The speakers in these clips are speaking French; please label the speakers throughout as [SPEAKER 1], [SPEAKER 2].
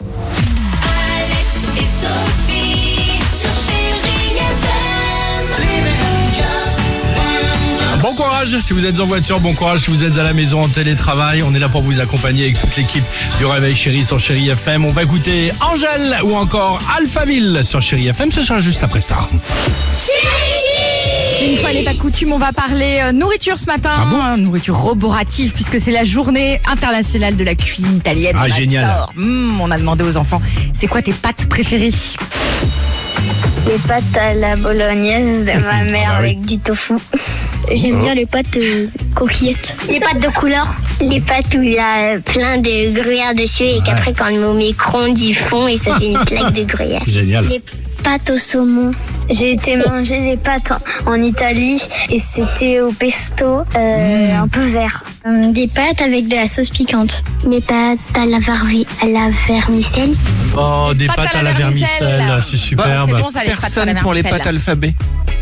[SPEAKER 1] Alex et Sophie sur Chérie FM.
[SPEAKER 2] Bon courage si vous êtes en voiture, bon courage si vous êtes à la maison en télétravail. On est là pour vous accompagner avec toute l'équipe du Réveil Chéri sur Chéri FM. On va écouter Angèle ou encore Alphaville sur Chéri FM. Ce sera juste après ça.
[SPEAKER 3] Une fois n'est pas coutume, on va parler euh, nourriture ce matin.
[SPEAKER 2] Ah bon
[SPEAKER 3] Euh, nourriture roborative, puisque c'est la journée internationale de la cuisine italienne.
[SPEAKER 2] Ah,
[SPEAKER 3] On
[SPEAKER 2] génial.
[SPEAKER 3] adore. Mmh, on a demandé aux enfants, c'est quoi tes pâtes préférées
[SPEAKER 4] Les pâtes à la bolognaise de
[SPEAKER 2] Ah
[SPEAKER 4] ma mère
[SPEAKER 2] bah oui. Oh.
[SPEAKER 4] avec du tofu. J'aime bien les pâtes coquillettes. Les pâtes de couleur. Les pâtes où il y a euh, plein de gruyère dessus et qu'après quand on le met au micro-ondes ils fond et ça fait une plaque de gruyère.
[SPEAKER 2] Génial. Oh.
[SPEAKER 4] Les pâtes au saumon. J'ai été manger des pâtes en, en Italie et c'était au pesto, euh,
[SPEAKER 2] Mm.
[SPEAKER 4] un peu vert. Hum, Des pâtes avec de la sauce piquante. Mes pâtes à la, à la vermicelle.
[SPEAKER 2] Oh, des
[SPEAKER 3] pâtes
[SPEAKER 2] pâtes à la vermicelle, c'est
[SPEAKER 3] Bah, C'est
[SPEAKER 2] superbe. Bah
[SPEAKER 3] bon ça les pâtes à la
[SPEAKER 5] Personne pour les
[SPEAKER 3] vermicelle.
[SPEAKER 5] pâtes alphabet.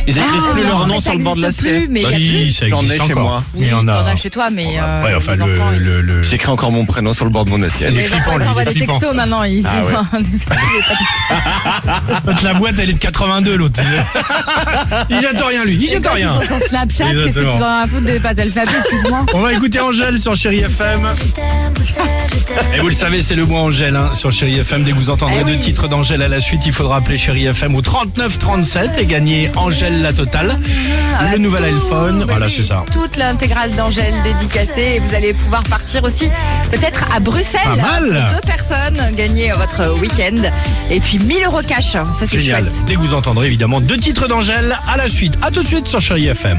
[SPEAKER 5] Ils
[SPEAKER 3] Ah,
[SPEAKER 5] écrivent plus
[SPEAKER 3] non,
[SPEAKER 5] leur nom
[SPEAKER 3] mais ça
[SPEAKER 5] sur le bord de
[SPEAKER 3] existe
[SPEAKER 5] l'assiette.
[SPEAKER 3] plus, mais il y a plus.
[SPEAKER 2] Oui, ça
[SPEAKER 5] J'en ai
[SPEAKER 2] existe
[SPEAKER 5] chez
[SPEAKER 2] encore.
[SPEAKER 5] moi.
[SPEAKER 2] Mais Bah, il y en
[SPEAKER 3] t'en
[SPEAKER 2] a.
[SPEAKER 3] as chez toi, mais euh,
[SPEAKER 2] Ouais, enfin,
[SPEAKER 3] les
[SPEAKER 2] le-
[SPEAKER 3] enfants, ils-
[SPEAKER 2] le- le-
[SPEAKER 5] J'écris encore mon prénom sur le bord de mon assiette.
[SPEAKER 2] Il est
[SPEAKER 3] les enfants
[SPEAKER 2] flippant,
[SPEAKER 3] ils
[SPEAKER 2] lui,
[SPEAKER 3] s'envoient
[SPEAKER 2] il est
[SPEAKER 3] des
[SPEAKER 2] flippant.
[SPEAKER 3] textos maintenant. Ils,
[SPEAKER 5] Ah
[SPEAKER 3] ils
[SPEAKER 5] ouais.
[SPEAKER 3] ont- les pâtes-
[SPEAKER 2] L'autre, La boîte, elle est de 82, l'autre. Il jette rien, lui. Il
[SPEAKER 3] Et
[SPEAKER 2] jette
[SPEAKER 3] quand
[SPEAKER 2] rien.
[SPEAKER 3] Ils sont sur Snapchat. Qu'est-ce que
[SPEAKER 2] Exactement.
[SPEAKER 3] tu dois à foutre des pâtes alphabet Excuse-moi.
[SPEAKER 2] On va écouter Angèle sur Chéri FM. Ah, Et vous le savez, c'est le mot Angèle hein, sur Chéri FM. Dès que vous entendrez
[SPEAKER 3] Eh oui.
[SPEAKER 2] deux titres d'Angèle à la suite, il faudra appeler Chéri FM au 3937 et gagner Angèle la totale.
[SPEAKER 3] Ah,
[SPEAKER 2] le nouvel
[SPEAKER 3] tout,
[SPEAKER 2] iPhone.
[SPEAKER 3] bah
[SPEAKER 2] Voilà,
[SPEAKER 3] oui,
[SPEAKER 2] c'est ça.
[SPEAKER 3] Toute l'intégrale d'Angèle dédicacée et vous allez pouvoir partir aussi peut-être à Bruxelles.
[SPEAKER 2] Pas mal.
[SPEAKER 3] Pour Deux personnes gagner votre week-end et puis 1000 euros cash. hein, Ça c'est
[SPEAKER 2] Génial.
[SPEAKER 3] chouette.
[SPEAKER 2] Dès que vous entendrez évidemment deux titres d'Angèle à la suite. À tout de suite sur Chéri FM.